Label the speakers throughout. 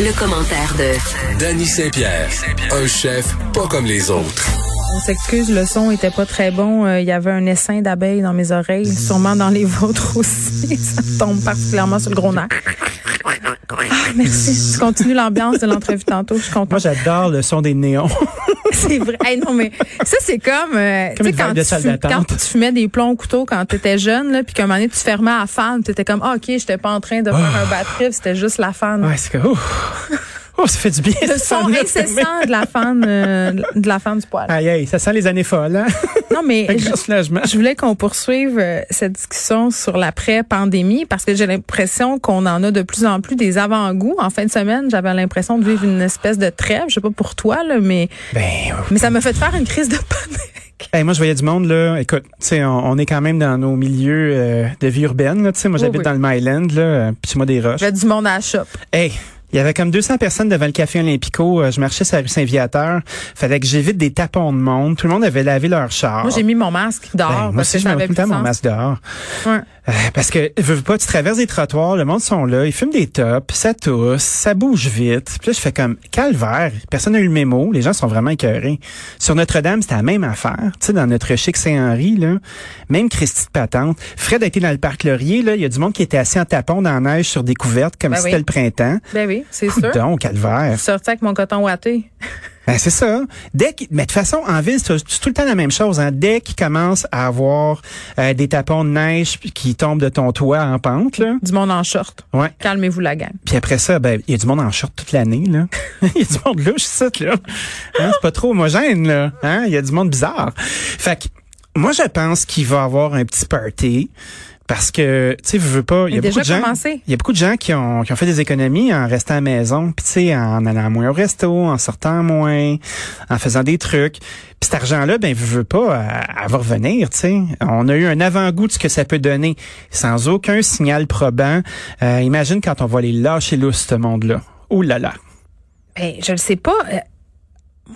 Speaker 1: Le, le commentaire de
Speaker 2: Danny Saint-Pierre, un chef pas comme les autres.
Speaker 3: On s'excuse, le son était pas très bon. Euh, Il y avait un essaim d'abeilles dans mes oreilles, sûrement dans les vôtres aussi. Ça tombe particulièrement sur le gros nerf. Ah, merci. Je continue l'ambiance de l'entrevue tantôt. Je suis
Speaker 4: Moi,
Speaker 3: contente.
Speaker 4: j'adore le son des néons.
Speaker 3: C'est vrai. Hey, non, mais ça, c'est comme, euh, tu
Speaker 4: Comme
Speaker 3: sais,
Speaker 4: une
Speaker 3: quand,
Speaker 4: vague de
Speaker 3: tu
Speaker 4: salle
Speaker 3: fum- quand
Speaker 4: d'attente.
Speaker 3: tu fumais des plombs au couteau quand tu étais jeune, là, puis qu'à un moment donné, tu fermais la fan, tu étais comme, Ah, OK, j'étais pas en train de faire un bad trip, c'était juste la fan.
Speaker 4: Ah. ouais, c'est que, oh, oh, ça fait du bien.
Speaker 3: Le
Speaker 4: cette
Speaker 3: son
Speaker 4: sonne-là.
Speaker 3: incessant de la fan, euh, de la fan du poil.
Speaker 4: Aïe, aïe, ça sent les années folles, hein?
Speaker 3: Non, mais
Speaker 4: Le
Speaker 3: je-
Speaker 4: gros soulagement.
Speaker 3: Je voulais qu'on poursuive euh, cette discussion sur l'après-pandémie parce que j'ai l'impression qu'on en a de plus en plus des avant-goûts. En fin de semaine, j'avais l'impression de vivre une espèce de trêve. Je sais pas pour toi, là, mais,
Speaker 4: Ben,
Speaker 3: mais ça m'a fait faire une crise de panique.
Speaker 4: Hey, moi, je voyais du monde, là. Écoute, tu sais, on, on est quand même dans nos milieux euh, de vie urbaine, là. Tu sais, moi,
Speaker 3: Oui,
Speaker 4: j'habite
Speaker 3: oui.
Speaker 4: dans le Myland, là, euh, puis moi, des roches.
Speaker 3: J'avais du monde à la shop.
Speaker 4: Hey! Il y avait comme 200 personnes devant le café Olympico. Euh, Je marchais sur la rue Saint-Viateur. Fallait que j'évite des tapons de monde. Tout le monde avait lavé leur char.
Speaker 3: Moi, j'ai mis mon masque
Speaker 4: Ah. Ben,
Speaker 3: dehors
Speaker 4: moi
Speaker 3: parce
Speaker 4: aussi,
Speaker 3: que
Speaker 4: je
Speaker 3: ça
Speaker 4: mets tout
Speaker 3: avait
Speaker 4: le
Speaker 3: plus
Speaker 4: temps
Speaker 3: de
Speaker 4: mon
Speaker 3: sens.
Speaker 4: masque dehors.
Speaker 3: Ouais.
Speaker 4: Euh, Parce que veux, veux pas, tu traverses des trottoirs, le monde sont là, ils fument des tops, ça tousse, ça bouge vite. Puis là, je fais comme calvaire. Personne n'a eu le mémo, les gens sont vraiment écœurés. Sur Notre-Dame, c'était la même affaire. Tu sais, dans notre chic Saint-Henri, là, même Christy de Patente. Fred a été dans le parc Laurier, là, il y a du monde qui était assis en tapon dans la neige sur des couvertes comme
Speaker 3: Ben
Speaker 4: si
Speaker 3: oui.
Speaker 4: c'était le printemps.
Speaker 3: Ben oui, c'est sûr.
Speaker 4: Coudon, calvaire.
Speaker 3: Je suis sortie avec mon coton ouaté.
Speaker 4: Ben, c'est ça. Dès qu'il- mais de toute façon, en ville, c'est c'est tout le temps la même chose. Hein. Dès qu'il commence à avoir euh, des tapons de neige qui tombent de ton toit en pente, là,
Speaker 3: Du monde en short.
Speaker 4: ouais.
Speaker 3: Calmez-vous la gang.
Speaker 4: Puis après ça, ben il y a du monde en short toute l'année là. Il y a du monde louche ça là. Hein, c'est pas trop homogène là. Hein, il y a du monde bizarre. Fait que moi je pense qu'il va y avoir un petit party parce que tu sais je veux pas, il
Speaker 3: Il
Speaker 4: y a
Speaker 3: a
Speaker 4: beaucoup de
Speaker 3: déjà
Speaker 4: gens
Speaker 3: commencé.
Speaker 4: il y a beaucoup de gens qui ont, qui ont fait des économies en restant à la maison, puis tu sais, en allant moins au resto, en sortant moins, en faisant des trucs. Puis cet argent-là, ben, je veux pas à, va revenir, tu sais. On a eu un avant-goût de ce que ça peut donner, sans aucun signal probant. Euh, imagine quand on va les lâcher lousse, ce monde-là. Ouh là là.
Speaker 3: Ben, je le sais pas. Euh,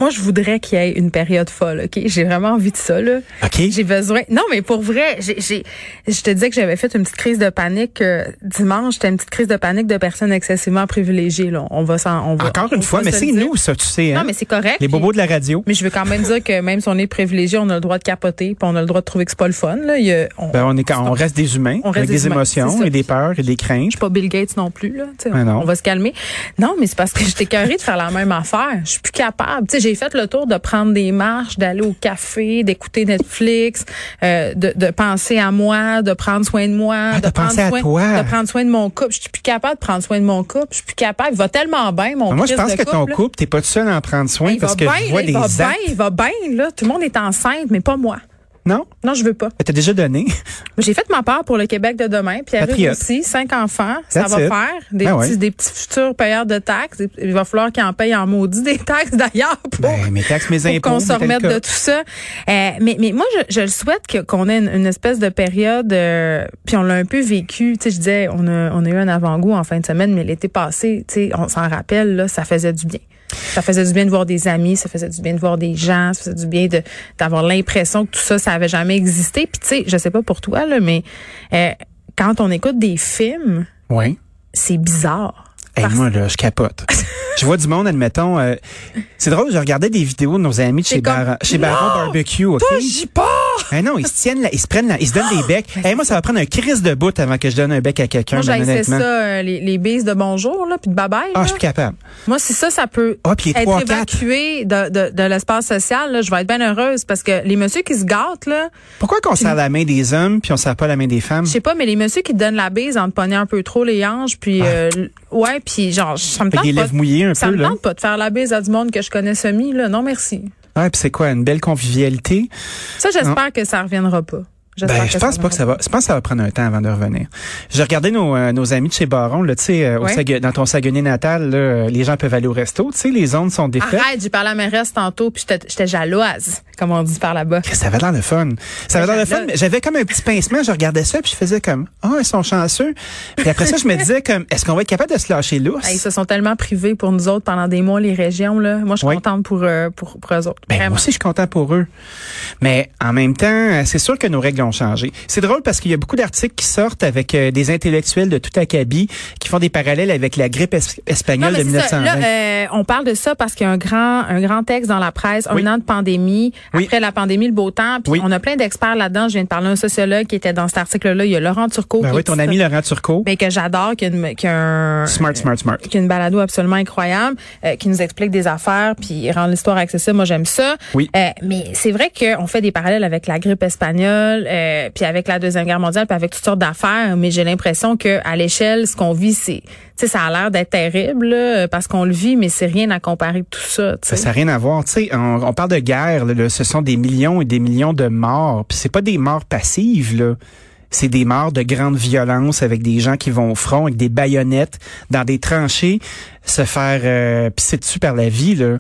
Speaker 3: Moi, je voudrais qu'il y ait une période folle, OK? J'ai vraiment envie de ça, là.
Speaker 4: OK?
Speaker 3: J'ai besoin. Non, mais pour vrai, j'ai, j'ai- je te disais que j'avais fait une petite crise de panique euh, dimanche. C'était une petite crise de panique de personnes excessivement privilégiées. Là. On va s'en. on va-
Speaker 4: Encore
Speaker 3: on
Speaker 4: une fois,
Speaker 3: va
Speaker 4: mais
Speaker 3: se
Speaker 4: c'est
Speaker 3: le dire.
Speaker 4: nous, ça, tu sais. hein?
Speaker 3: Non, mais c'est correct. puis-
Speaker 4: les bobos de la radio.
Speaker 3: Mais je veux quand même dire que même si on est privilégié, on a le droit de capoter, puis on a le droit de trouver que c'est pas le fun. Là. Il y a- on,
Speaker 4: Ben, on, est, on reste des humains,
Speaker 3: On reste
Speaker 4: avec
Speaker 3: des
Speaker 4: des,
Speaker 3: humains, c'est
Speaker 4: émotions
Speaker 3: ça.
Speaker 4: et des peurs et des craintes.
Speaker 3: je suis pas Bill Gates non plus là, tu sais,
Speaker 4: Ben non.
Speaker 3: on va se calmer. Non, mais c'est parce que j'étais écœurée de faire la même affaire. Je suis plus capable. Tu sais, j'ai fait le tour de prendre des marches, d'aller au café, d'écouter Netflix, euh, de, de penser à moi, de prendre soin de moi,
Speaker 4: Ah, de
Speaker 3: prendre
Speaker 4: penser à
Speaker 3: soin,
Speaker 4: toi.
Speaker 3: de prendre soin de mon couple. Je suis plus capable de prendre soin de mon couple. Je suis plus capable. Il va tellement bien mon.
Speaker 4: Ah, Moi, je
Speaker 3: Christ
Speaker 4: pense
Speaker 3: de
Speaker 4: que ton
Speaker 3: là. Ben,
Speaker 4: couple, t'es pas tout seul à en prendre soin
Speaker 3: Il
Speaker 4: parce
Speaker 3: va
Speaker 4: que
Speaker 3: bien,
Speaker 4: je vois
Speaker 3: là,
Speaker 4: des
Speaker 3: il va
Speaker 4: actes.
Speaker 3: bien, il va bien là. Tout le monde est enceinte, mais pas moi.
Speaker 4: Non?
Speaker 3: Non, je veux pas.
Speaker 4: Mais T'as déjà donné.
Speaker 3: J'ai fait ma part pour le Québec de demain. Puis arrive
Speaker 4: Patriote.
Speaker 3: aussi cinq enfants. Ça
Speaker 4: That's
Speaker 3: va
Speaker 4: it.
Speaker 3: faire des,
Speaker 4: Ben
Speaker 3: petits,
Speaker 4: ouais.
Speaker 3: des petits futurs payeurs de taxes. Il va falloir qu'ils en payent en maudit des taxes d'ailleurs pour,
Speaker 4: Ben, mes taxes, mes
Speaker 3: pour
Speaker 4: impôts.
Speaker 3: qu'on se
Speaker 4: c'était le
Speaker 3: remette
Speaker 4: cas.
Speaker 3: de tout ça. Euh, mais, mais moi, je, je le souhaite que- qu'on ait une, une espèce de période. euh, puis on l'a un peu vécu. Tu sais, je disais, on a, on a eu un avant-goût en fin de semaine, mais l'été passé, tu sais, on s'en rappelle, là, ça faisait du bien. Ça faisait du bien de voir des amis, ça faisait du bien de voir des gens, ça faisait du bien de d'avoir l'impression que tout ça, ça avait jamais existé. Puis tu sais, je sais pas pour toi là, mais euh, quand on écoute des films,
Speaker 4: Oui.
Speaker 3: c'est bizarre.
Speaker 4: Hey,
Speaker 3: Parce-
Speaker 4: moi, là, je capote. je vois du monde, admettons. euh, c'est drôle, je regardais des vidéos de nos amis de
Speaker 3: C'est
Speaker 4: chez,
Speaker 3: comme,
Speaker 4: Baron- chez Baron Barbecue, OK? Ah non, ils se tiennent là, ils se prennent là, ils se donnent des becs. Hey, moi, ça va prendre un crise de bout avant que je donne un bec à quelqu'un,
Speaker 3: Oh, Moi,
Speaker 4: ben,
Speaker 3: j'haïssais ça,
Speaker 4: honnêtement.
Speaker 3: euh, les, les bises de bonjour, là, puis de bye-bye.
Speaker 4: Ah,
Speaker 3: là.
Speaker 4: je suis plus capable.
Speaker 3: Moi, si ça, ça peut
Speaker 4: Ah, puis les
Speaker 3: être
Speaker 4: trois, quatre.
Speaker 3: évacué de, de, de l'espace social, là, je vais être bien heureuse parce que les messieurs qui se gâtent, là,
Speaker 4: Pourquoi qu'on serre la main des hommes puis on serre pas la main des femmes?
Speaker 3: je sais pas, mais les messieurs qui te donnent la bise en te pognant un peu trop les hanches, puis
Speaker 4: Ah.
Speaker 3: euh, ouais, puis genre, ça me
Speaker 4: Avec
Speaker 3: tente
Speaker 4: des
Speaker 3: pas.
Speaker 4: lèvres mouillées un
Speaker 3: ça
Speaker 4: peu,
Speaker 3: me
Speaker 4: là.
Speaker 3: tente pas de faire la bise à du monde que je connais semi, là. Non, merci.
Speaker 4: Ouais, puis c'est quoi, une belle convivialité?
Speaker 3: Ça, j'espère que ça reviendra pas. J'espère
Speaker 4: Ben, je pense pas que ça va. Je pense que ça va prendre un temps avant de revenir. J'ai regardé nos, euh, nos amis de chez Baron, là, tu sais, euh, au
Speaker 3: Ouais.
Speaker 4: Sague- dans ton Saguenay natal, là, euh, les gens peuvent aller au resto, tu sais, les zones sont défaites.
Speaker 3: Arrête, j'ai parlé à ma reste tantôt, puis j'étais j'étais jalouse, comme on dit par là-bas.
Speaker 4: Ça avait l'air le fun. Ça avait l'air
Speaker 3: Ben,
Speaker 4: le fun, mais j'avais comme un petit pincement, je regardais ça, puis je faisais comme, ah, ils sont chanceux. Puis après ça, je me disais comme, est-ce qu'on va être capable de se lâcher l'ours? Ben,
Speaker 3: Hey, ils se sont tellement privés pour nous autres pendant des mois, les régions. Là. Moi, je suis
Speaker 4: Oui.
Speaker 3: contente pour, euh, pour, pour eux autres.
Speaker 4: Ben, moi
Speaker 3: Vraiment.
Speaker 4: aussi, je suis content pour eux. Mais en même temps, euh, c'est sûr que nos règles ont ont changé. C'est drôle parce qu'il y a beaucoup d'articles qui sortent avec euh, des intellectuels de tout acabit qui font des parallèles avec la grippe es- espagnole
Speaker 3: Non,
Speaker 4: de
Speaker 3: mais c'est ça.
Speaker 4: 1920.
Speaker 3: Là, euh, on parle de ça parce qu'il y a un grand, un grand texte dans la presse, un
Speaker 4: Oui.
Speaker 3: an de pandémie,
Speaker 4: Oui.
Speaker 3: après la pandémie, le beau temps. Puis
Speaker 4: Oui.
Speaker 3: on a plein d'experts là-dedans. Je viens de parler à un sociologue qui était dans cet article-là. Il y a Laurent Turcot.
Speaker 4: Ben
Speaker 3: qui
Speaker 4: oui,
Speaker 3: est-
Speaker 4: ton ami Laurent Turcot.
Speaker 3: Ben, que j'adore, qui a, une- qui a un,
Speaker 4: smart, smart, smart.
Speaker 3: qui a une balado absolument incroyable, euh, qui nous explique des affaires, puis rend l'histoire accessible. Moi, j'aime ça.
Speaker 4: Oui.
Speaker 3: Euh, mais c'est vrai qu'on fait des parallèles avec la grippe espagnole, euh, puis avec la Deuxième Guerre mondiale, puis avec toutes sortes d'affaires. Mais j'ai l'impression que à l'échelle, ce qu'on vit, c'est, tu sais, ça a l'air d'être terrible là, parce qu'on le vit, mais c'est rien à comparer de tout ça. tu
Speaker 4: Ben, Ça
Speaker 3: sais.
Speaker 4: n'a rien à voir. Tu sais, on, on parle de guerre. là, là, ce sont des millions et des millions de morts. Puis c'est pas des morts passives, là. C'est des morts de grande violence avec des gens qui vont au front avec des baïonnettes dans des tranchées, se faire euh, pisser dessus par la vie, là.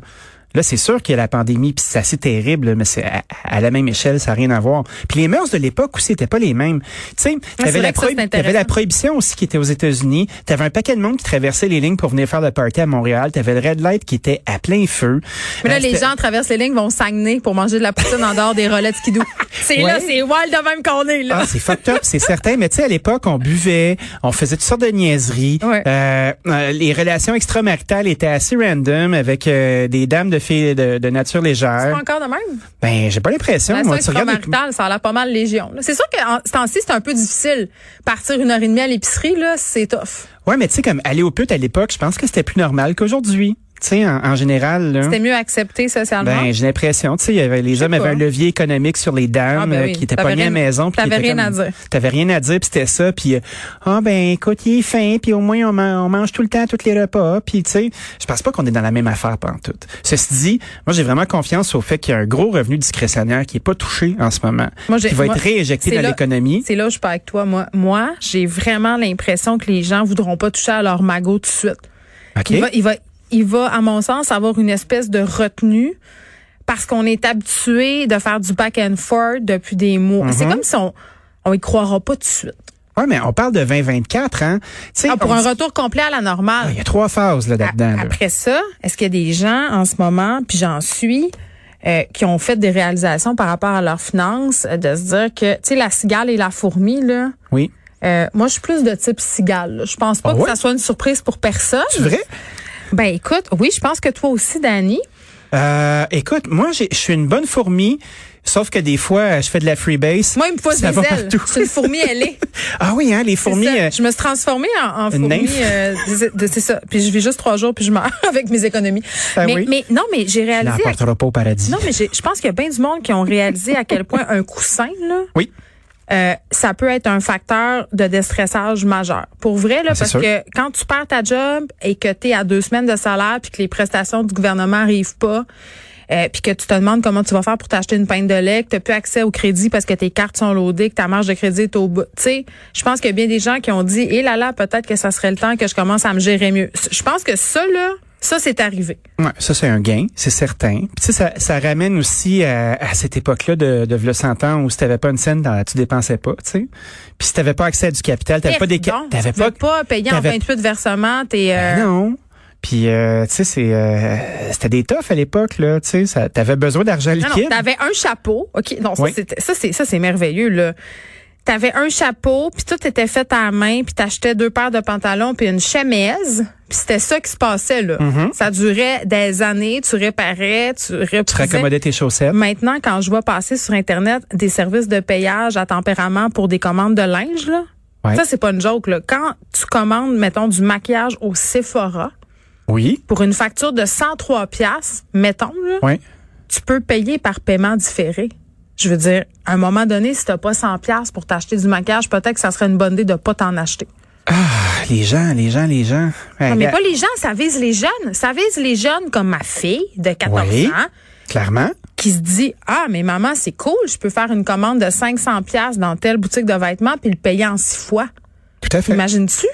Speaker 4: Là, c'est sûr qu'il y a la pandémie, puis c'est assez terrible, mais c'est à, à la même échelle, ça n'a rien à voir. Puis les mœurs de l'époque aussi n'étaient pas les mêmes. Tu sais,
Speaker 3: c'est
Speaker 4: t'avais
Speaker 3: vrai
Speaker 4: la,
Speaker 3: que ça,
Speaker 4: prohib-
Speaker 3: c'est
Speaker 4: t'avais la
Speaker 3: intéressant.
Speaker 4: prohibition aussi qui était aux États-Unis. T'avais un paquet de monde qui traversait les lignes pour venir faire le party à Montréal. T'avais le red light qui était à plein feu.
Speaker 3: Mais là,
Speaker 4: Euh,
Speaker 3: les
Speaker 4: c'était-
Speaker 3: gens traversent les lignes, vont s'agner pour manger de la poutine en dehors des relais de skidoo. C'est là,
Speaker 4: Ouais.
Speaker 3: c'est wild de même qu'on est là.
Speaker 4: Ah, c'est fucked up, c'est certain. Mais tu sais, à l'époque, on buvait, on faisait toutes sortes de niaiseries.
Speaker 3: Ouais.
Speaker 4: Euh, euh, les relations extramaritales étaient assez random avec euh, des dames de filles de, de nature
Speaker 3: C'est pas
Speaker 4: légère.
Speaker 3: encore de même.
Speaker 4: Ben, j'ai pas l'impression.
Speaker 3: La
Speaker 4: moi,
Speaker 3: soie
Speaker 4: tu regardes les-
Speaker 3: extramaritale, ça a l'air pas mal légion. là. C'est sûr que en ce temps-ci, c'est un peu difficile. Partir une heure et demie à l'épicerie, là, c'est tough.
Speaker 4: Ouais, mais tu sais, comme aller aux putes à l'époque, je pense que c'était plus normal qu'aujourd'hui. Tu sais, en, en général, là.
Speaker 3: C'était mieux accepté socialement.
Speaker 4: Ben, j'ai l'impression, tu sais, il y avait- les hommes
Speaker 3: pas.
Speaker 4: avaient un levier économique sur les dames
Speaker 3: Ah, ben
Speaker 4: euh,
Speaker 3: oui.
Speaker 4: qui étaient
Speaker 3: T'avais
Speaker 4: pognées à la
Speaker 3: rien-
Speaker 4: maison. puis qui
Speaker 3: t'avais
Speaker 4: étaient
Speaker 3: rien à
Speaker 4: comme-
Speaker 3: dire.
Speaker 4: T'avais rien à dire, puis c'était ça. Puis, euh, ah ben, écoute, il est fin, puis au moins, on, man- on mange tout le temps, à tous les repas. Puis, tu sais, je pense pas qu'on est dans la même affaire pendant tout. Ceci dit, moi, j'ai vraiment confiance au fait qu'il y a un gros revenu discrétionnaire qui est pas touché en ce moment,
Speaker 3: Moi, j'ai-
Speaker 4: qui va
Speaker 3: moi,
Speaker 4: être réinjecté
Speaker 3: c'est
Speaker 4: dans
Speaker 3: là-
Speaker 4: l'économie.
Speaker 3: C'est là où je suis pas avec toi, moi. Moi, j'ai vraiment l'impression que les gens voudront pas toucher à leur magot tout de suite.
Speaker 4: OK?
Speaker 3: Il va, il va, il va, à mon sens, avoir une espèce de retenue parce qu'on est habitué de faire du back and forth depuis des mois.
Speaker 4: Mm-hmm.
Speaker 3: C'est comme si on, on y croira pas tout de suite.
Speaker 4: Ouais, mais on parle de 2024, hein? Tu sais,
Speaker 3: Ah, pour
Speaker 4: on
Speaker 3: un ah,
Speaker 4: dit-
Speaker 3: retour complet à la normale.
Speaker 4: Ah, il y a trois phases là,
Speaker 3: A-
Speaker 4: là-dedans. là.
Speaker 3: Après ça, est-ce qu'il y a des gens en ce moment, puis j'en suis, euh, qui ont fait des réalisations par rapport à leurs finances, euh, de se dire que, tu sais, la cigale et la fourmi, là,
Speaker 4: Oui.
Speaker 3: euh, moi, je suis plus de type cigale. là. Je pense pas
Speaker 4: Ah
Speaker 3: que
Speaker 4: ouais?
Speaker 3: ça soit une surprise pour personne.
Speaker 4: C'est vrai?
Speaker 3: Ben écoute, oui, je pense que toi aussi, Dani.
Speaker 4: Euh, écoute, moi, j'ai- je suis une bonne fourmi, sauf que des fois, euh, je fais de la freebase.
Speaker 3: Moi, il me faut
Speaker 4: Ça
Speaker 3: des
Speaker 4: va
Speaker 3: ailes.
Speaker 4: partout.
Speaker 3: Je suis une fourmi ailée.
Speaker 4: Ah oui, hein,
Speaker 3: C'est
Speaker 4: les fourmis.
Speaker 3: ça.
Speaker 4: euh,
Speaker 3: je me suis transformée en, en
Speaker 4: Une
Speaker 3: fourmi.
Speaker 4: nymphe.
Speaker 3: euh, de- de- c'est ça. Puis je vis juste trois jours, puis je meurs avec mes économies.
Speaker 4: Ah
Speaker 3: mais,
Speaker 4: oui.
Speaker 3: mais non, mais j'ai
Speaker 4: Elle
Speaker 3: réalisé. à-
Speaker 4: l'emportera pas au paradis.
Speaker 3: Non, mais j'ai- je pense qu'il y a bien du monde qui ont réalisé à quel point un coussin, là,
Speaker 4: Oui.
Speaker 3: euh, ça peut être un facteur de déstressage majeur. Pour vrai, là,
Speaker 4: Ah, c'est
Speaker 3: parce
Speaker 4: sûr.
Speaker 3: que quand tu perds ta job et que tu es à deux semaines de salaire puis que les prestations du gouvernement arrivent pas, euh, puis que tu te demandes comment tu vas faire pour t'acheter une pinte de lait, que tu plus accès au crédit parce que tes cartes sont loadées, que ta marge de crédit est au bout. Tu sais, je pense qu'il y a bien des gens qui ont dit, et là là, peut-être que ça serait le temps que je commence à me gérer mieux. Je pense que ça, là, ça, c'est arrivé.
Speaker 4: Ouais, ça, c'est un gain, c'est certain. Puis, tu sais, ça, ça ramène aussi à, à cette époque-là de, de v'là 100 ans où si t'avais pas une scène, dans, tu dépensais pas, tu sais. Puis si t'avais pas accès à du capital, t'avais pas des... ca-
Speaker 3: Pardon,
Speaker 4: T'avais
Speaker 3: tu veux
Speaker 4: pas...
Speaker 3: pas payer en
Speaker 4: t'avais-
Speaker 3: 28 versements, t'es... euh,
Speaker 4: Ben non. Puis, euh, tu sais, c'est, euh, c'était des toughs à l'époque, là, tu sais. ça- T'avais besoin d'argent
Speaker 3: Non,
Speaker 4: liquide.
Speaker 3: non, t'avais un chapeau. OK, non, ça,
Speaker 4: Oui.
Speaker 3: c'était- ça, c'est, ça, c'est merveilleux, là. T'avais un chapeau, puis tout était fait à la main, puis t'achetais deux paires de pantalons, puis une chemise, puis c'était ça qui se passait, là. Ça durait des années, tu réparais, tu
Speaker 4: Mm-hmm. tu
Speaker 3: reprises.
Speaker 4: raccommodais tes chaussettes.
Speaker 3: Maintenant, quand je vois passer sur Internet des services de payage à tempérament pour des commandes de linge, là,
Speaker 4: Ouais.
Speaker 3: ça, c'est pas une joke, là. Quand tu commandes, mettons, du maquillage au Sephora
Speaker 4: Oui.
Speaker 3: pour une facture de 103 piastres, mettons, là,
Speaker 4: Oui.
Speaker 3: tu peux payer par paiement différé. Je veux dire, à un moment donné, si t'as pas 100 pièces pour t'acheter du maquillage, peut-être que ça serait une bonne idée de pas t'en acheter.
Speaker 4: Ah, les gens, les gens, les gens.
Speaker 3: Non,
Speaker 4: Ouais,
Speaker 3: mais
Speaker 4: la-
Speaker 3: pas les gens, ça vise les jeunes. Ça vise les jeunes comme ma fille de 14
Speaker 4: Oui.
Speaker 3: ans
Speaker 4: Clairement.
Speaker 3: qui se dit, ah, mais maman, c'est cool, je peux faire une commande de 500 pièces dans telle boutique de vêtements puis le payer en six fois.
Speaker 4: Tout à fait.
Speaker 3: Imagines-tu?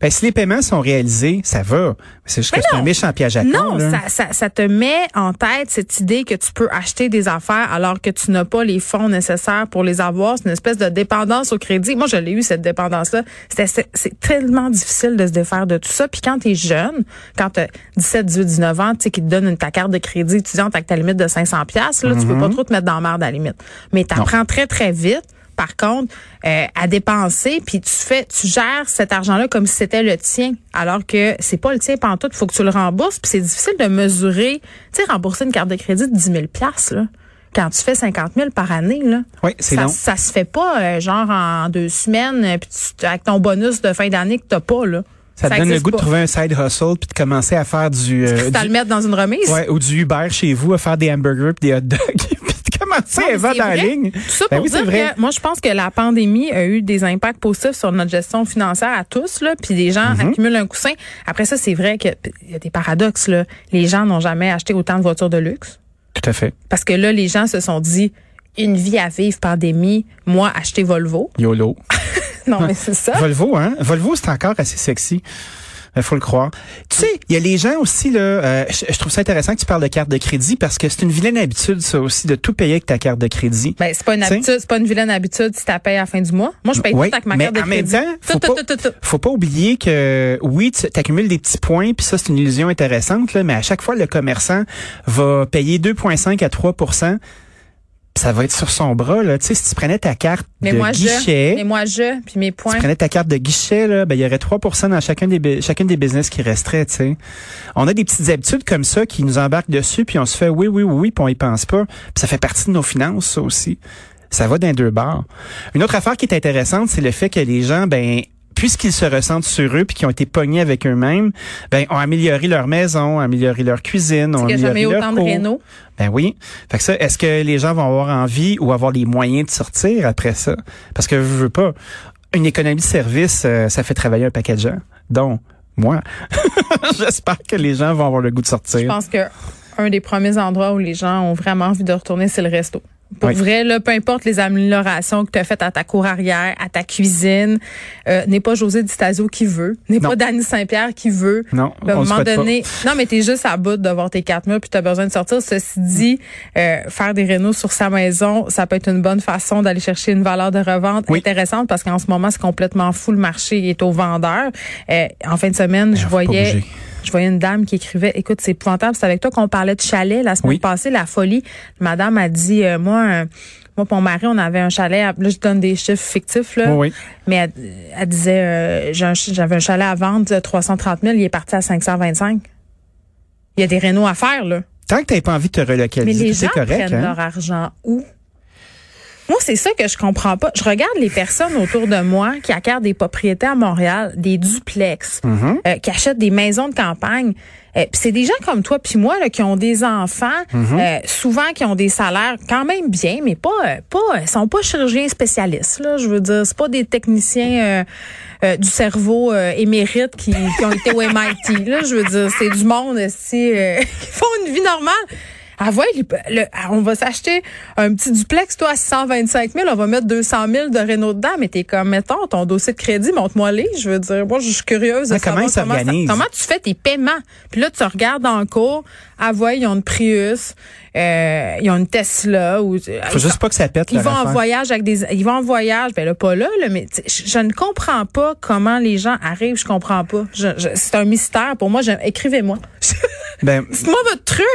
Speaker 4: Ben, si les paiements sont réalisés, ça va. C'est juste que c'est un méchant piège à con,
Speaker 3: Non,
Speaker 4: là.
Speaker 3: ça, ça, ça te met en tête cette idée que tu peux acheter des affaires alors que tu n'as pas les fonds nécessaires pour les avoir. C'est une espèce de dépendance au crédit. Moi, je l'ai eu, cette dépendance-là. C'était- C'est c'est tellement difficile de se défaire de tout ça. Puis quand tu es jeune, quand tu 17, 18, 19 ans, tu sais, qui te donne une, ta carte de crédit
Speaker 4: Mm-hmm.
Speaker 3: étudiante avec ta limite de 500 pièces là, tu peux pas trop te mettre dans la merde à la limite. Mais tu apprends très, très vite par contre, euh, à dépenser, puis tu fais, tu gères cet argent-là comme si c'était le tien, alors que c'est pas le tien pantoute, faut que tu le rembourses, puis c'est difficile de mesurer, tu sais, rembourser une carte de crédit de 10 000 là quand tu fais 50 000 par année, là,
Speaker 4: Oui, c'est
Speaker 3: ça,
Speaker 4: long.
Speaker 3: ça se fait pas euh, genre en deux semaines, euh, puis tu- avec ton bonus de fin d'année que t'as pas là.
Speaker 4: Ça te donne le
Speaker 3: existe
Speaker 4: goût de
Speaker 3: pas.
Speaker 4: trouver un side hustle puis de commencer à faire du, euh,
Speaker 3: T'as
Speaker 4: du-
Speaker 3: le mettre dans une remise.
Speaker 4: ouais, ou du Uber chez vous, à faire des hamburgers puis des hot dogs puis de commencer
Speaker 3: Non, mais
Speaker 4: à vendre
Speaker 3: c'est
Speaker 4: en
Speaker 3: vrai.
Speaker 4: ligne.
Speaker 3: Tout ça
Speaker 4: Ben
Speaker 3: pour
Speaker 4: oui, c'est
Speaker 3: dire
Speaker 4: vrai.
Speaker 3: que moi, je pense que la pandémie a eu des impacts positifs sur notre gestion financière à tous, là, puis les gens
Speaker 4: Mm-hmm.
Speaker 3: accumulent un coussin. Après ça, c'est vrai qu'il y a des paradoxes. Là. Les gens n'ont jamais acheté autant de voitures de luxe
Speaker 4: Tout à fait.
Speaker 3: parce que là, les gens se sont dit, une vie à vivre, pandémie, moi, acheter Volvo.
Speaker 4: YOLO.
Speaker 3: Ah Non, mais c'est ça.
Speaker 4: Volvo, hein? Volvo, c'est encore assez sexy. Il faut le croire. Tu sais, il y a les gens aussi, là, euh, je je trouve ça intéressant que tu parles de carte de crédit parce que c'est une vilaine habitude, ça aussi, de tout payer avec ta carte de crédit.
Speaker 3: Ben, c'est pas une
Speaker 4: T'sais.
Speaker 3: habitude, c'est pas une vilaine habitude si t'as payé à la fin du mois. Moi, je paye
Speaker 4: Oui,
Speaker 3: tout avec ma
Speaker 4: mais
Speaker 3: carte de
Speaker 4: en même
Speaker 3: crédit.
Speaker 4: temps, faut
Speaker 3: tout, tout,
Speaker 4: pas-
Speaker 3: tout, tout, tout.
Speaker 4: Faut pas oublier que oui, tu accumules des petits points, puis ça c'est une illusion intéressante, là, mais à chaque fois le commerçant va payer 2,5 à 3 puis ça va être sur son bras. Là. Tu sais, si tu prenais ta carte
Speaker 3: Mais
Speaker 4: de
Speaker 3: moi, je. Mais
Speaker 4: guichet,
Speaker 3: moi, je. Puis mes
Speaker 4: si
Speaker 3: points.
Speaker 4: tu prenais ta carte de guichet, là, ben, il y aurait 3 dans chacun des, bu- chacune des business qui resterait. tu sais. On a des petites habitudes comme ça qui nous embarquent dessus, puis on se fait oui, oui, oui, oui, puis on y pense pas. Puis ça fait partie de nos finances, ça aussi. Ça va d'un deux bords. Une autre affaire qui est intéressante, c'est le fait que les gens, ben, puisqu'ils se ressentent sur eux puis qu'ils ont été pognés avec eux-mêmes, ben, ont amélioré leur maison, ont amélioré leur cuisine, ont
Speaker 3: Il y a jamais
Speaker 4: amélioré
Speaker 3: eu
Speaker 4: leur
Speaker 3: autant de
Speaker 4: cours.
Speaker 3: rénaux.
Speaker 4: Ben oui. Fait que ça, est-ce que les gens vont avoir envie ou avoir les moyens de sortir après ça? Parce que je veux pas. Une économie de service, euh, ça fait travailler un paquet de gens. Donc, moi, j'espère que les gens vont avoir le goût de
Speaker 3: Je
Speaker 4: sortir.
Speaker 3: pense que un des premiers endroits où les gens ont vraiment envie de retourner, c'est le resto. Pour
Speaker 4: Oui.
Speaker 3: vrai, là, peu importe les améliorations que tu as faites à ta cour arrière, à ta cuisine, euh, n'est pas José Di Stasio qui veut, n'est
Speaker 4: Non.
Speaker 3: pas Danny Saint-Pierre qui veut.
Speaker 4: Non,
Speaker 3: Puis à un
Speaker 4: on le
Speaker 3: moment
Speaker 4: souhaite pas.
Speaker 3: donné, non, mais t'es juste à bout de voir tes quatre murs puis t'as besoin de sortir. Ceci dit, euh, faire des rénaux sur sa maison, ça peut être une bonne façon d'aller chercher une valeur de revente
Speaker 4: Oui.
Speaker 3: intéressante parce qu'en ce moment, c'est complètement fou. Le marché est aux vendeurs. Euh, en fin de semaine, je
Speaker 4: Ben, faut pas
Speaker 3: voyais,
Speaker 4: bouger.
Speaker 3: je voyais une dame qui écrivait, écoute, c'est épouvantable. C'est avec toi qu'on parlait de chalet la semaine
Speaker 4: Oui.
Speaker 3: passée, la folie. Madame a dit, euh, moi, un- moi, pour mon mari, on avait un chalet. à- Là, je donne des chiffres fictifs, là.
Speaker 4: Oui, oui.
Speaker 3: Mais elle, elle disait, euh, j'ai un ch- j'avais un chalet à vendre de 330 000, il est parti à 525. Il y a des rénaux à faire, là.
Speaker 4: Tant que t'as pas envie de te
Speaker 3: Mais
Speaker 4: relocaliser,
Speaker 3: les
Speaker 4: c'est
Speaker 3: gens
Speaker 4: correct.
Speaker 3: prennent
Speaker 4: hein?
Speaker 3: leur argent où? Moi, c'est ça que je comprends pas. Je regarde les personnes autour de moi qui acquièrent des propriétés à Montréal, des duplex,
Speaker 4: Mm-hmm.
Speaker 3: euh, qui achètent des maisons de campagne. Euh, puis c'est des gens comme toi puis moi là, qui ont des enfants,
Speaker 4: Mm-hmm.
Speaker 3: euh, souvent qui ont des salaires quand même bien, mais pas euh, pas ils sont pas chirurgiens spécialistes là. Je veux dire, c'est pas des techniciens euh, euh, du cerveau euh, émérite qui, qui ont été au MIT. Là, je veux dire, c'est du monde euh, si qui font une vie normale. Ah ouais, les- le- ah, on va s'acheter un petit duplex, toi, à 625 000, on va mettre 200 000 de Renault dedans, mais t'es comme, mettons, ton dossier de crédit, montre-moi les, je veux dire, moi, je suis curieuse de
Speaker 4: Ah, comment
Speaker 3: savoir
Speaker 4: ils s'organisent?
Speaker 3: ça- comment tu fais tes paiements. Puis là, tu regardes en cours, ah ouais, ils ont une Prius, euh, ils ont une Tesla, ou, euh,
Speaker 4: Faut juste pas que ça pète
Speaker 3: ils
Speaker 4: leur
Speaker 3: vont en
Speaker 4: affaire.
Speaker 3: voyage avec des ils vont en voyage ben là pas là, là, mais tu sais, je, je ne comprends pas comment les gens arrivent je comprends pas Je- je- c'est un mystère pour moi Je- écrivez-moi
Speaker 4: Ben,
Speaker 3: dites-moi votre truc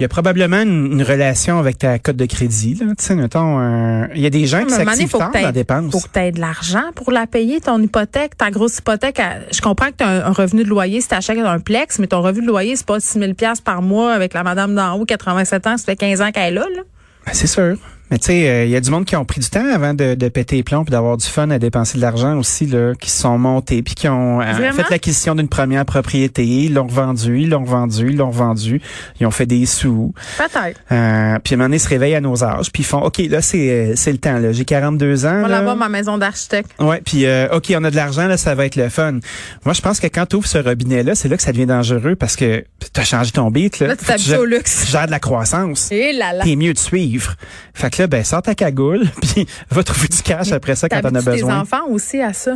Speaker 4: Il y a probablement une, une relation avec ta cote de crédit. Là. Tu sais, mettons, euh, il y a des gens qui
Speaker 3: À un moment donné,
Speaker 4: s'activent
Speaker 3: faut
Speaker 4: tard
Speaker 3: que
Speaker 4: dans la
Speaker 3: t'aies-
Speaker 4: dépense.
Speaker 3: faut que t'aies de l'argent pour la payer, ton hypothèque, ta grosse hypothèque. à- Je comprends que tu as un, un revenu de loyer si tu achètes un plex, mais ton revenu de loyer, c'est pas 6 000 par mois avec la madame d'en haut, 87 ans, ça fait 15 ans qu'elle est là. là.
Speaker 4: Ben, C'est sûr. Mais tu sais, euh, il y a du monde qui ont pris du temps avant de, de péter les plombs puis d'avoir du fun à dépenser de l'argent aussi, là, qui se sont montés puis qui ont euh,
Speaker 3: Vraiment?
Speaker 4: fait l'acquisition d'une première propriété, ils l'ont revendu, ils l'ont revendu, ils l'ont revendu, ils ont fait des sous.
Speaker 3: Peut-être.
Speaker 4: Euh, puis à un moment donné, ils se réveillent à nos âges puis ils font, OK, là, c'est euh, c'est le temps, là. J'ai 42 ans.
Speaker 3: On
Speaker 4: là.
Speaker 3: va voir ma maison d'architecte.
Speaker 4: Ouais, puis euh, OK, on a de l'argent là, ça va être le fun. Moi, je pense que quand tu ouvres ce robinet là, c'est là que ça devient dangereux parce que tu as changé ton beat là.
Speaker 3: Là, tu
Speaker 4: Faut que
Speaker 3: t'habitues
Speaker 4: gères-
Speaker 3: au luxe.
Speaker 4: Euh, tu gères de la croissance.
Speaker 3: Et là là.
Speaker 4: T'es mieux de suivre. Fait que là, ben, sors ta cagoule, puis va trouver du cash après ça quand t'en as
Speaker 3: T'habitues tes
Speaker 4: besoin.
Speaker 3: enfants aussi à ça.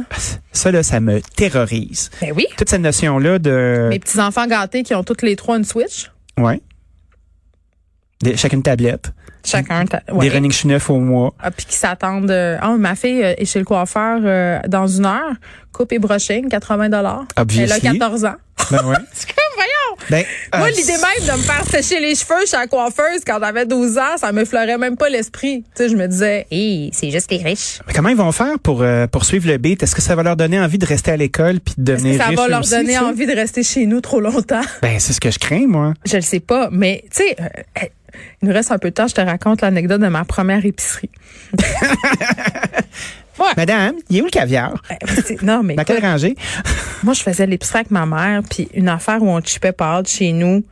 Speaker 4: Ça, là, ça me terrorise.
Speaker 3: Ben oui.
Speaker 4: Toute cette notion-là de...
Speaker 3: Mes petits-enfants gâtés qui ont toutes les trois une Switch.
Speaker 4: Ouais. Des- chacune tablette.
Speaker 3: Chacun. ta- ouais.
Speaker 4: Des running shoes neufs au mois.
Speaker 3: Ah, puis qui s'attendent. euh, Ah, ma fille euh, est chez le coiffeur euh, dans une heure. Coupe et brushing, 80 dollars. Elle a
Speaker 4: Obviously.
Speaker 3: 14 ans.
Speaker 4: Ben ouais.
Speaker 3: C'est comme, voyons,
Speaker 4: Ben,
Speaker 3: Moi,
Speaker 4: euh,
Speaker 3: l'idée même de me faire sécher les cheveux chez la coiffeuse quand j'avais 12 ans, ça m'effleurait même pas l'esprit. Tu sais, je me disais, hé, c'est juste les riches.
Speaker 4: Mais comment ils vont faire pour euh, poursuivre le beat? Est-ce que ça va leur donner envie de rester à l'école puis de
Speaker 3: Est-ce que
Speaker 4: devenir
Speaker 3: ça
Speaker 4: riches
Speaker 3: va
Speaker 4: eux
Speaker 3: leur
Speaker 4: aussi,
Speaker 3: donner
Speaker 4: tu sais?
Speaker 3: envie de rester chez nous trop longtemps?
Speaker 4: Ben, c'est ce que je crains, moi.
Speaker 3: Je le sais pas, mais tu sais, euh, euh, il nous reste un peu de temps, je te raconte l'anecdote de ma première épicerie. ouais.
Speaker 4: Madame, il est où le caviar?
Speaker 3: euh, c'est- Non, mais
Speaker 4: Dans quelle
Speaker 3: écoute,
Speaker 4: rangée?
Speaker 3: moi, je faisais l'épicerie avec ma mère, puis une affaire où on chipait pas chez nous,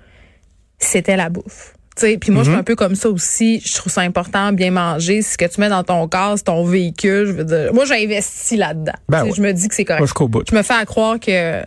Speaker 3: c'était la bouffe. Tu sais, Puis moi,
Speaker 4: Mhm.
Speaker 3: je suis un peu comme ça aussi. Je trouve ça important, bien manger. Ce que tu mets dans ton corps, c'est ton véhicule. Je veux dire, moi, j'investis là-dedans.
Speaker 4: Ben
Speaker 3: Tu sais,
Speaker 4: ouais.
Speaker 3: Je me dis que c'est correct.
Speaker 4: Moi, jusqu'au bout.
Speaker 3: Je me fais à croire que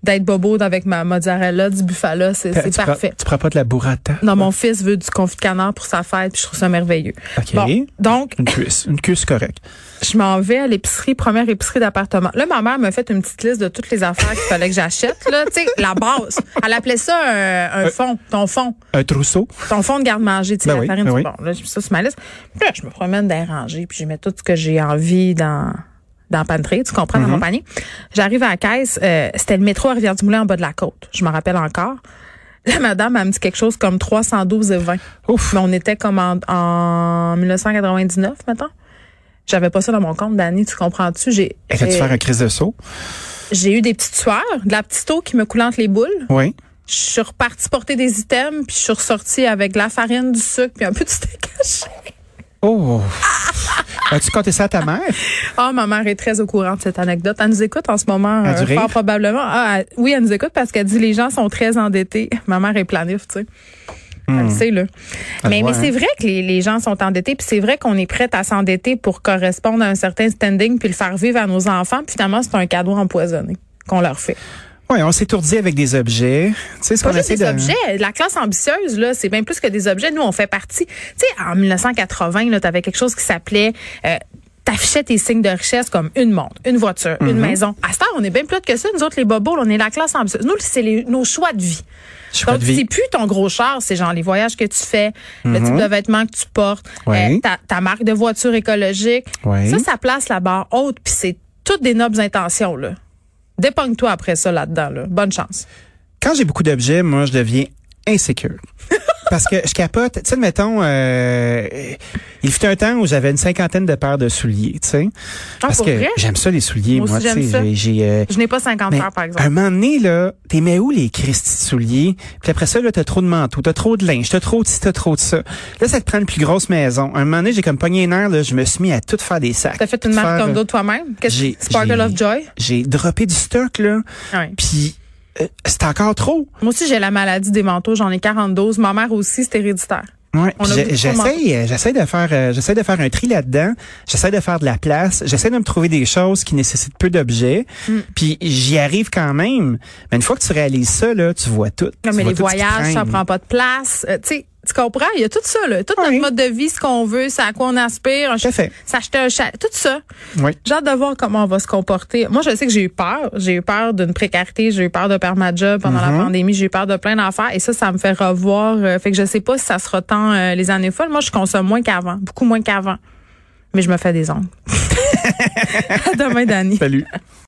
Speaker 3: d'être bobo avec ma mozzarella, du bufala, c'est
Speaker 4: Tu
Speaker 3: c'est
Speaker 4: prends-
Speaker 3: parfait.
Speaker 4: tu prends pas de la burrata?
Speaker 3: Non, mon fils veut du confit de canard pour sa fête, puis je trouve ça merveilleux.
Speaker 4: OK.
Speaker 3: Bon, donc,
Speaker 4: Une cuisse. Une cuisse correcte.
Speaker 3: je m'en vais à l'épicerie, première épicerie d'appartement. Là, ma mère m'a fait une petite liste de toutes les affaires qu'il fallait que j'achète, là, tu sais, la base. Elle appelait ça un,
Speaker 4: Euh,
Speaker 3: un fond, ton fond,
Speaker 4: Un trousseau?
Speaker 3: ton fond de garde-manger, tu sais,
Speaker 4: Ben
Speaker 3: la
Speaker 4: oui,
Speaker 3: farine.
Speaker 4: ben
Speaker 3: du
Speaker 4: oui.
Speaker 3: Bon, là, j'ai mis ça sur ma liste. Puis là, je me promène dans les rangées, puis je mets tout ce que j'ai envie dans dans la pantry, tu comprends,
Speaker 4: Mhm.
Speaker 3: dans mon panier. J'arrive à la caisse, euh, c'était le métro à Rivière-du-Moulin en bas de la côte. Je m'en rappelle encore. La madame, elle me dit quelque chose comme 312 et 20.
Speaker 4: Ouf.
Speaker 3: Mais on était comme en, en 1999, maintenant. J'avais pas ça dans mon compte d'année, tu comprends-tu? J'ai,
Speaker 4: Est-ce que tu
Speaker 3: j'ai-
Speaker 4: faire un crise de seau?
Speaker 3: j'ai eu des petites sueurs, de la petite eau qui me coulante les boules.
Speaker 4: Oui.
Speaker 3: Je suis repartie porter des items, puis je suis ressortie avec de la farine, du sucre, puis un peu de steak haché.
Speaker 4: Oh. As-tu compté ça à ta mère?
Speaker 3: Ah, ma mère est très au courant de cette anecdote. Elle nous écoute en ce moment, euh,
Speaker 4: Elle a du
Speaker 3: fort
Speaker 4: rire?
Speaker 3: probablement. Ah, elle- oui, elle nous écoute parce qu'elle dit les gens sont très endettés. Ma mère est planif, tu sais. Elle le sait, là.
Speaker 4: Hmm. Elle
Speaker 3: mais
Speaker 4: voit,
Speaker 3: mais c'est
Speaker 4: hein.
Speaker 3: vrai que les, les gens sont endettés, puis c'est vrai qu'on est prête à s'endetter pour correspondre à un certain standing, puis le faire vivre à nos enfants. Puis finalement, c'est un cadeau empoisonné qu'on leur fait.
Speaker 4: Oui, on s'étourdit avec des objets. Tu sais, ce
Speaker 3: Pas
Speaker 4: qu'on
Speaker 3: juste
Speaker 4: essaie
Speaker 3: des
Speaker 4: de...
Speaker 3: objets. La classe ambitieuse, là, c'est bien plus que des objets. Nous, on fait partie. Tu sais, en 1980, là, t'avais quelque chose qui s'appelait. euh, T'affichais tes signes de richesse comme une montre, une voiture,
Speaker 4: Mhm.
Speaker 3: une maison. À ce temps, on est bien plus haute que ça. Nous autres, les bobos, là, on est la classe ambitieuse. Nous, c'est les- nos choix de vie.
Speaker 4: Choix
Speaker 3: Donc,
Speaker 4: de vie.
Speaker 3: c'est plus ton gros char, c'est genre les voyages que tu fais, le
Speaker 4: Mhm.
Speaker 3: type de vêtements que tu portes,
Speaker 4: Ouais.
Speaker 3: euh, ta, ta marque de voiture écologique.
Speaker 4: Ouais.
Speaker 3: Ça, ça place la barre haute, puis c'est toutes des nobles intentions, là. Dépogne-toi après ça là-dedans, là. Bonne chance.
Speaker 4: Quand j'ai beaucoup d'objets, moi, je deviens insécure. Parce que je capote. Tu sais, mettons, euh, il fut un temps où j'avais une cinquantaine de paires de souliers, tu sais. Parce
Speaker 3: Ah, pour
Speaker 4: que
Speaker 3: vrai?
Speaker 4: j'aime ça, les souliers,
Speaker 3: Moi
Speaker 4: moi.
Speaker 3: aussi,
Speaker 4: tu sais,
Speaker 3: j'aime ça.
Speaker 4: j'ai- j'ai, euh,
Speaker 3: Je n'ai pas 50
Speaker 4: mais
Speaker 3: heures, par exemple.
Speaker 4: un moment donné, là, t'es mets où les Christi de souliers? Puis après ça, là, t'as trop de manteaux, t'as trop de linge, t'as trop de ci, t'as trop de ça. Là, ça te prend une plus grosse maison. Un moment donné, j'ai comme pogné un air, là, je me suis mis à tout faire des sacs.
Speaker 3: T'as fait
Speaker 4: Tout
Speaker 3: une
Speaker 4: faire,
Speaker 3: marque
Speaker 4: euh,
Speaker 3: comme d'autres toi-même? Qu'est-ce
Speaker 4: j'ai-
Speaker 3: que Sparkle
Speaker 4: j'ai-
Speaker 3: of Joy?
Speaker 4: J'ai droppé du stock, là.
Speaker 3: Ouais.
Speaker 4: Puis, euh, c'est encore trop.
Speaker 3: Moi aussi, j'ai la maladie des manteaux. J'en ai 42. Ma mère aussi, c'est héréditaire.
Speaker 4: Ouais,
Speaker 3: On
Speaker 4: puis
Speaker 3: a
Speaker 4: j'ai-
Speaker 3: beaucoup
Speaker 4: j'essaie,
Speaker 3: commenté.
Speaker 4: euh, j'essaie de faire, euh, j'essaie de faire un tri là-dedans. J'essaie de faire de la place. J'essaie de me trouver des choses qui nécessitent peu d'objets.
Speaker 3: Mm.
Speaker 4: Puis j'y arrive quand même. Mais une fois que tu réalises ça, là, tu vois tout.
Speaker 3: Non,
Speaker 4: Tu
Speaker 3: mais
Speaker 4: vois
Speaker 3: les
Speaker 4: tout ce qui
Speaker 3: voyages, ça
Speaker 4: traîne.
Speaker 3: prend pas de place. Euh, tu sais, tu comprends? Il y a tout ça, là. Tout
Speaker 4: Ouais.
Speaker 3: notre mode de vie, ce qu'on veut, c'est à quoi on aspire.
Speaker 4: Tout à fait.
Speaker 3: S'acheter un chat. Tout ça.
Speaker 4: Oui.
Speaker 3: J'ai hâte de voir comment on va se comporter. Moi, je sais que j'ai eu peur. J'ai eu peur d'une précarité. J'ai eu peur de perdre ma job pendant la pandémie. J'ai eu peur de plein d'affaires. Et ça, ça me fait revoir. euh, fait que je sais pas si ça sera tant euh, les années folles. Moi, je consomme moins qu'avant. Beaucoup moins qu'avant. Mais je me fais des ongles. à demain, Dani.
Speaker 4: Salut.